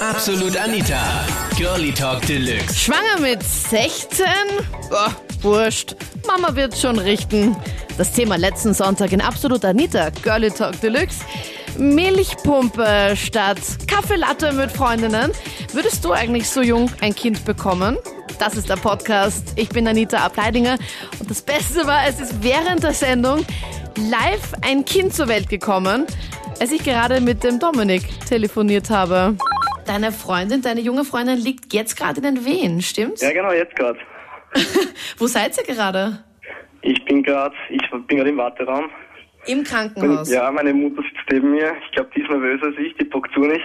Absolut Anita, Girlie Talk Deluxe. Schwanger mit 16? Boah, wurscht. Mama wird schon richten. Das Thema letzten Sonntag in Absolut Anita, Girlie Talk Deluxe. Milchpumpe statt Kaffeelatte mit Freundinnen. Würdest du eigentlich so jung ein Kind bekommen? Das ist der Podcast. Ich bin Anita Ableidinger. Und das Beste war, es ist während der Sendung live ein Kind zur Welt gekommen, als ich gerade mit dem Dominik telefoniert habe. Deine Freundin, deine junge Freundin liegt jetzt gerade in den Wehen, stimmt's? Ja, genau, jetzt gerade. Wo seid ihr gerade? Ich bin gerade, ich bin gerade im Warteraum. Im Krankenhaus. Ja, meine Mutter sitzt neben mir. Ich glaube, die ist nervöser als ich, die bockt zu nicht.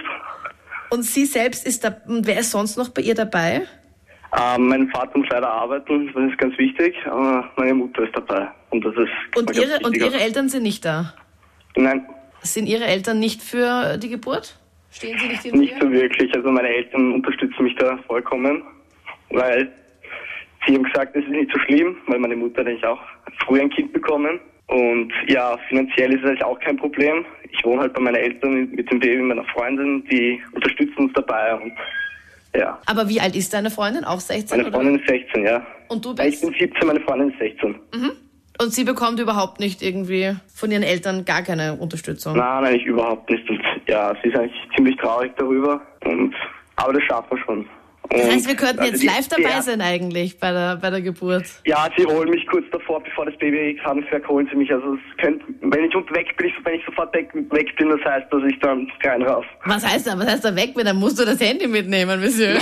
Und sie selbst ist da. Und wer ist sonst noch bei ihr dabei? Ähm, mein Vater muss leider arbeiten, das ist ganz wichtig, aber meine Mutter ist dabei. Und das ist Und glaub ich, ihre, und wichtiger. ihre Eltern sind nicht da. Nein, Sind ihre Eltern nicht für die Geburt? Stehen sie nicht hinter nicht ihr? so wirklich. Also meine Eltern unterstützen mich da vollkommen, weil sie haben gesagt, es ist nicht so schlimm, weil meine Mutter hat eigentlich auch früh ein Kind bekommen. Und ja, finanziell ist es eigentlich auch kein Problem. Ich wohne halt bei meinen Eltern mit- mit dem Baby meiner Freundin, die unterstützen uns dabei. Und ja, Aber wie alt ist deine Freundin? Auch 16? meine Freundin ist 16, ja. Oder? Und du Ich bist? Mhm. bin 17, meine Freundin ist 16. Und sie bekommt überhaupt nicht irgendwie von ihren Eltern gar keine Unterstützung. Nein, nein, ich überhaupt nicht. Und ja, sie ist eigentlich ziemlich traurig darüber. Und, aber das schaffen wir schon. Das Und heißt, wir könnten also jetzt die- live dabei die- sein eigentlich bei der, bei der Geburt. Ja, sie holen mich kurz davor, bevor das Baby krank holen sie mich. Also es könnte, wenn ich und weg bin, ich, wenn ich sofort weg, weg bin, das heißt, dass ich dann rein raus. Was heißt da? Was heißt da weg? bin? Dann musst du das Handy mitnehmen, Monsieur.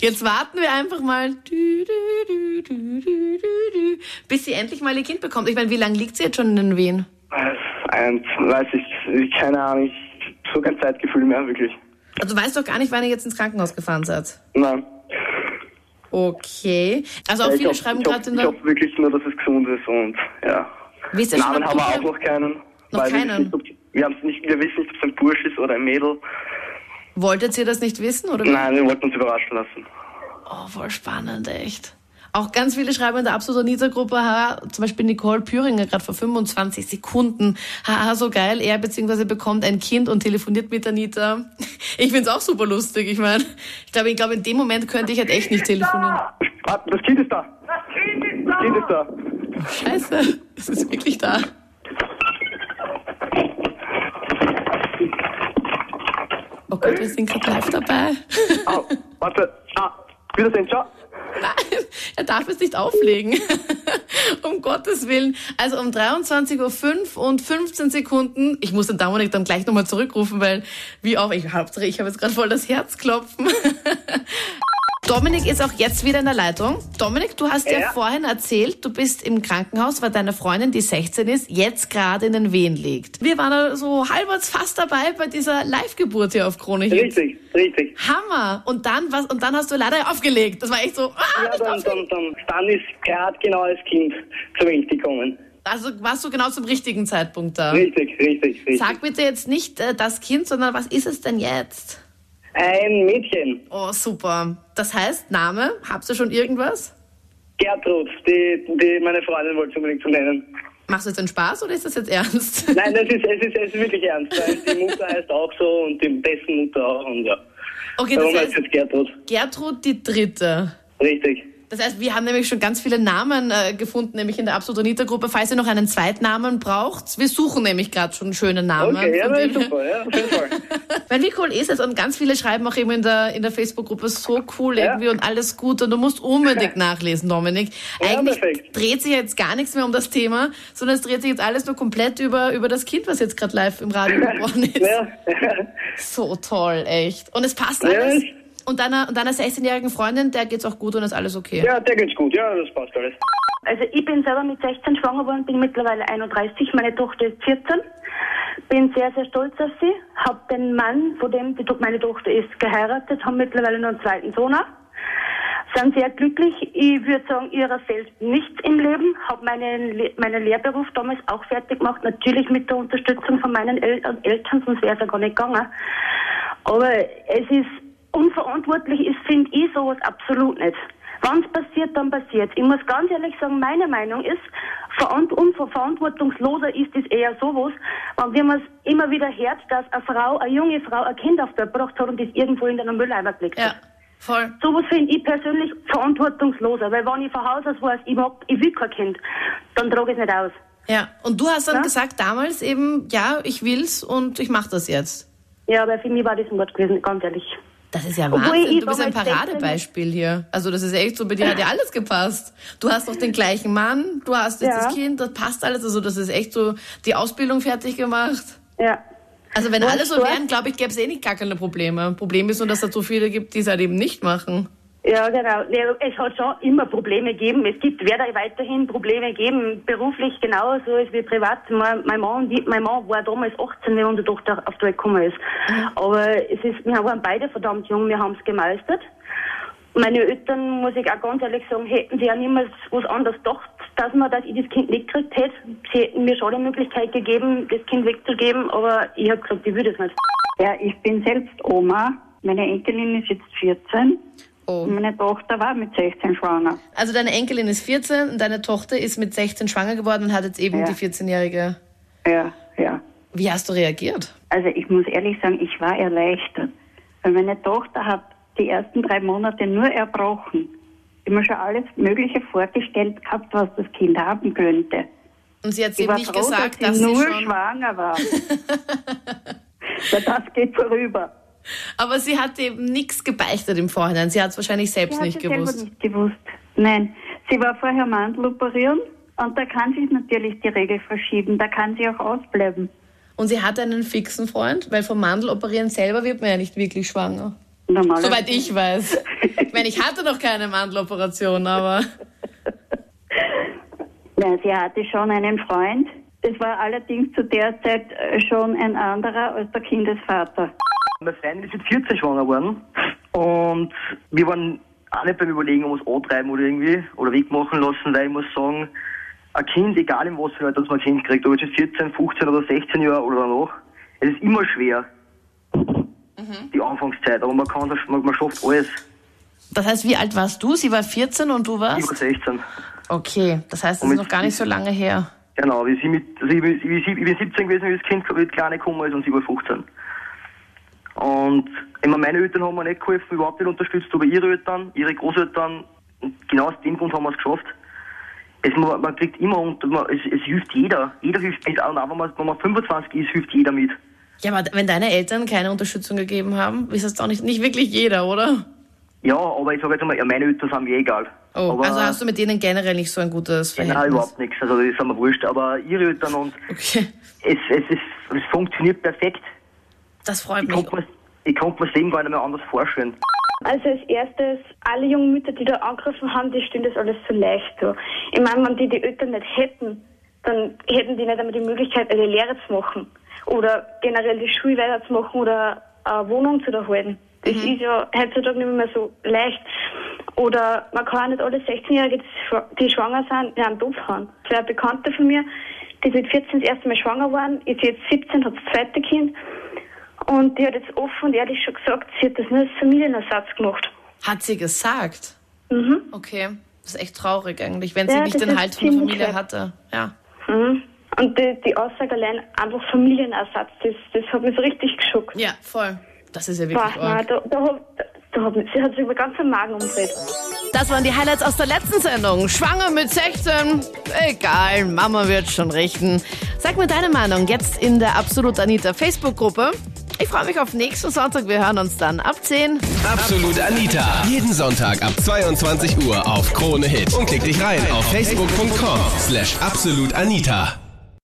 Jetzt warten wir einfach mal, dü, dü, dü, dü, dü, dü, dü, bis sie endlich mal ihr Kind bekommt. Ich meine, wie lange liegt sie jetzt schon in den Wehen? Und weiß ich, keine Ahnung, ich so kein Zeitgefühl mehr, wirklich. Also du weißt doch gar nicht, wann ihr jetzt ins Krankenhaus gefahren seid. Nein. Okay. Also auch ich viele hoffe- schreiben ich hoffe- gerade in Ich der... hoffe wirklich nur, dass es gesund ist und ja. Wie ist der Namen haben wir auch Schnappbrücke? noch keinen. Noch weil keinen? Wir, wissen nicht, ob, wir, haben's nicht, wir wissen nicht, ob es ein Bursch ist oder ein Mädel. Wolltet ihr das nicht wissen? Oder? Nein, wir wollten uns überraschen lassen. Oh, voll spannend, echt. Auch ganz viele schreiben in der absoluten Anita-Gruppe, haha, zum Beispiel Nicole Püringer gerade vor 25 Sekunden, haha, so geil, er beziehungsweise bekommt ein Kind und telefoniert mit Anita. Ich find's auch super lustig, ich meine, ich glaube, ich glaube, in dem Moment könnte ich halt echt nicht telefonieren. Warte, das Kind ist da! Das Kind ist da! Scheiße, es ist wirklich da. Oh Gott, wir sind gerade live dabei. Au, Oh, warte, ah, wiedersehen, ciao! Nein, er darf es nicht auflegen. um Gottes Willen. Also um 23.05 Uhr und 15 Sekunden. Ich muss den Dominik dann gleich nochmal zurückrufen, weil wie auch, ich, Hauptsache, ich habe jetzt gerade voll das Herzklopfen. Dominik ist auch jetzt wieder in der Leitung. Dominik, du hast ja, Ja. vorhin erzählt, du bist im Krankenhaus, weil deine Freundin, die 16 ist, jetzt gerade in den Wehen liegt. Wir waren da so halbwegs fast dabei bei dieser Live-Geburt hier auf Krone Hit. Richtig, richtig. Hammer! Und dann was? Und dann hast du leider aufgelegt. Das war echt so. Ah, Ja, nicht dann, auflegen. dann, dann, dann ist gerade genau das Kind zur Welt gekommen. Also warst du genau zum richtigen Zeitpunkt da. Richtig, richtig, richtig. Sag bitte jetzt nicht äh, das Kind, sondern was ist es denn jetzt? Ein Mädchen, Oh, super. Das heißt, Name, habt ihr schon irgendwas? Gertrud, die, die meine Freundin wollte ich unbedingt zu nennen. Machst du jetzt den Spaß oder ist das jetzt ernst? Nein, das ist, es ist, es ist wirklich ernst. Weil die Mutter heißt auch so und die dessen Mutter auch und ja. Okay, das Darum heißt heißt jetzt Gertrud. Gertrud die Dritte. Richtig. Das heißt, wir haben nämlich schon ganz viele Namen äh, gefunden, nämlich in der Absolut Gruppe. Falls ihr noch einen Zweitnamen braucht, wir suchen nämlich gerade schon schöne Namen. Okay, ja, von nein, denen- super, ja, auf jeden Fall. Weil wie cool ist es? Und ganz viele schreiben auch eben in der, in der Facebook-Gruppe, so cool Ja. irgendwie und alles gut. Und du musst unbedingt nachlesen, Dominik. Ja, Eigentlich perfekt. dreht sich jetzt gar nichts mehr um das Thema, sondern es dreht sich jetzt alles nur komplett über, über das Kind, was jetzt gerade live im Radio geboren ist. Ja, So toll, echt. Und es passt Ja, alles. es- Und deiner, und deiner 16-jährigen Freundin, der geht's auch gut und ist alles okay. ja, der geht's gut, ja, das passt alles. Also ich bin selber mit 16 schwanger geworden, bin mittlerweile 31, meine Tochter ist 14. Bin sehr, sehr stolz auf sie, habe den Mann, von dem die, To- meine Tochter ist, geheiratet, haben mittlerweile noch einen zweiten Sohn auch. Sind sehr glücklich. Ich würde sagen, ihrer fehlt nichts im Leben. Habe meinen, Le- meinen Lehrberuf damals auch fertig gemacht, natürlich mit der Unterstützung von meinen El Eltern, sonst wäre es ja gar nicht gegangen. Aber es ist unverantwortlich, ist, finde ich sowas absolut nicht. Wenn es passiert, dann passiert Ich muss ganz ehrlich sagen, meine Meinung ist, verant- unver- verantwortungsloser ist es eher sowas, wenn wir es immer wieder hört, dass eine Frau, eine junge Frau, ein Kind auf der gebracht hat und das irgendwo in einen Mülleimer gelegt hat. Ja, voll. Sowas finde ich persönlich verantwortungsloser, weil wenn ich von Haus aus weiß, ich, mag, ich will kein Kind, dann trage ich es nicht aus. Ja, und du hast dann Ja? gesagt damals eben, ja, ich will's und ich mach das jetzt. Ja, aber für mich war das ein Mord gewesen, ganz ehrlich. Das ist ja Obwohl Wahnsinn. ich Du bist ein damals 16 Paradebeispiel hier. Also das ist echt so, bei dir hat ja alles gepasst. Du hast noch den gleichen Mann, du hast jetzt Ja. das Kind, das passt alles. Also das ist echt so, die Ausbildung fertig gemacht. Ja. Also wenn Und alle so dort- wären, glaube ich, gäbe es eh nicht gar keine Probleme. Problem ist nur, dass es so viele gibt, die es halt eben nicht machen. Ja, genau. Ja, Es hat schon immer Probleme gegeben. Es gibt, wird auch weiterhin Probleme geben, beruflich genauso als wie privat. Mein, mein, Mann, und ich- mein Mann war damals 18, wenn unsere Tochter auf die Welt gekommen ist. Aber es ist, wir waren beide verdammt jung, wir haben es gemeistert. Meine Eltern, muss ich auch ganz ehrlich sagen, hätten sie ja niemals was anderes gedacht, dass man, dass ich das Kind nicht gekriegt hätte. Sie hätten mir schon die Möglichkeit gegeben, das Kind wegzugeben, aber ich habe gesagt, ich will das nicht. Ja, ich bin selbst Oma. Meine Enkelin ist jetzt 14 Oh. Mhm. und meine Tochter war mit 16 schwanger. Also deine Enkelin ist 14 und deine Tochter ist mit 16 schwanger geworden und hat jetzt eben Ja. die 14-Jährige. Ja, ja. Wie hast du reagiert? Also ich muss ehrlich sagen, ich war erleichtert, weil meine Tochter hat die ersten drei Monate nur erbrochen. Ich habe mir schon alles Mögliche vorgestellt gehabt, was das Kind haben könnte. Und sie hat Ich eben war nicht froh, gesagt, dass dass sie sie nur schon... schwanger war. weil das geht vorüber. Aber sie hat eben nichts gebeichtet im Vorhinein. Sie hat es wahrscheinlich selbst Sie nicht hat es gewusst. Selber nicht gewusst. Nein, sie war vorher Mandel operieren und da kann sich natürlich die Regel verschieben. Da kann sie auch ausbleiben. Und sie hat einen fixen Freund, weil vom Mandel operieren selber wird man ja nicht wirklich schwanger. Normalerweise. Soweit ich weiß. Ich meine, ich hatte noch keine Mandeloperation, aber Nein, sie hatte schon einen Freund. Es war allerdings zu der Zeit äh, schon ein anderer als der Kindesvater. Meine Freundin ist mit 14 schwanger geworden und wir waren auch nicht beim Überlegen, ob wir es antreiben oder irgendwie oder wegmachen lassen, weil ich muss sagen, ein Kind, egal in was für Alter dass man ein Kind kriegt, ob es jetzt 14, 15 oder 16 Jahre oder danach, es ist immer schwer, die Anfangszeit, aber man kann, das- man, man schafft alles, Das heißt, wie alt warst du? Sie war 14 und du ich war warst? 16. Okay, das heißt, es ist Moment. noch gar nicht so lange her. Genau, wie sie mit, also ich, bin, ich bin- ich bin 17 gewesen, wie das Kind wie die Kleine gekommen ist und sie war 15. Und immer meine Eltern haben mir nicht geholfen, überhaupt nicht unterstützt, aber ihre Eltern, ihre Großeltern, und genau aus dem Grund haben wir es geschafft. Es, man, man kriegt immer und man, es, es hilft jeder. Jeder hilft mit, und auch wenn man, wenn man 25 ist, hilft jeder mit. Ja, aber wenn deine Eltern keine Unterstützung gegeben haben, ist das doch nicht, nicht wirklich jeder, oder? Ja, aber ich sage jetzt einmal, ja, meine Eltern sind mir eh egal. Oh, aber also hast du mit denen generell nicht so ein gutes Verhältnis? Nein, überhaupt nichts. Also das ist mir wurscht. Aber ihre Eltern und Okay, es, es, es, es funktioniert perfekt. das freut Ich mich. konnte mir ich konnte mir das Leben gar nicht mehr anders vorstellen. Also als erstes, alle jungen Mütter, die da angegriffen haben, die stehen das alles so leicht. So. Ich meine, wenn die die Eltern nicht hätten, dann hätten die nicht einmal die Möglichkeit, eine Lehre zu machen oder generell die Schule weiterzumachen oder eine Wohnung zu erhalten. Das ist ja heutzutage nicht mehr so leicht. Oder man kann auch nicht alle 16-Jährige, die schwa- die schwanger sind, in einen Topf haben. Zwei Bekannte von mir, die ist mit 14 das erste Mal schwanger waren, ist jetzt 17, hat das zweite Kind. Und die hat jetzt offen und ehrlich schon gesagt, sie hat das nur als Familienersatz gemacht. Hat sie gesagt? Mhm. Okay, das ist echt traurig eigentlich, wenn sie Ja, nicht das den ist Halt von der ziemlich Familie schlimm. hatte. Ja. Mhm. Und die, die Aussage allein, einfach Familienersatz, das, das hat mich so richtig geschockt. ja, voll. Das ist ja Boah, wirklich nein, arg. da, da, hab- da, da hat mich, sie hat sich über ganz den Magen umgedreht. Das waren die Highlights aus der letzten Sendung. Schwanger mit 16. Egal, Mama wird schon richten. Sag mir deine Meinung jetzt in der Absolut Anita Facebook-Gruppe. Ich freue mich auf nächsten Sonntag. Wir hören uns dann ab 10. Absolut Anita. Jeden Sonntag ab 22 Uhr auf Krone Hit. Und klick dich rein auf facebook.com slash absolutanita.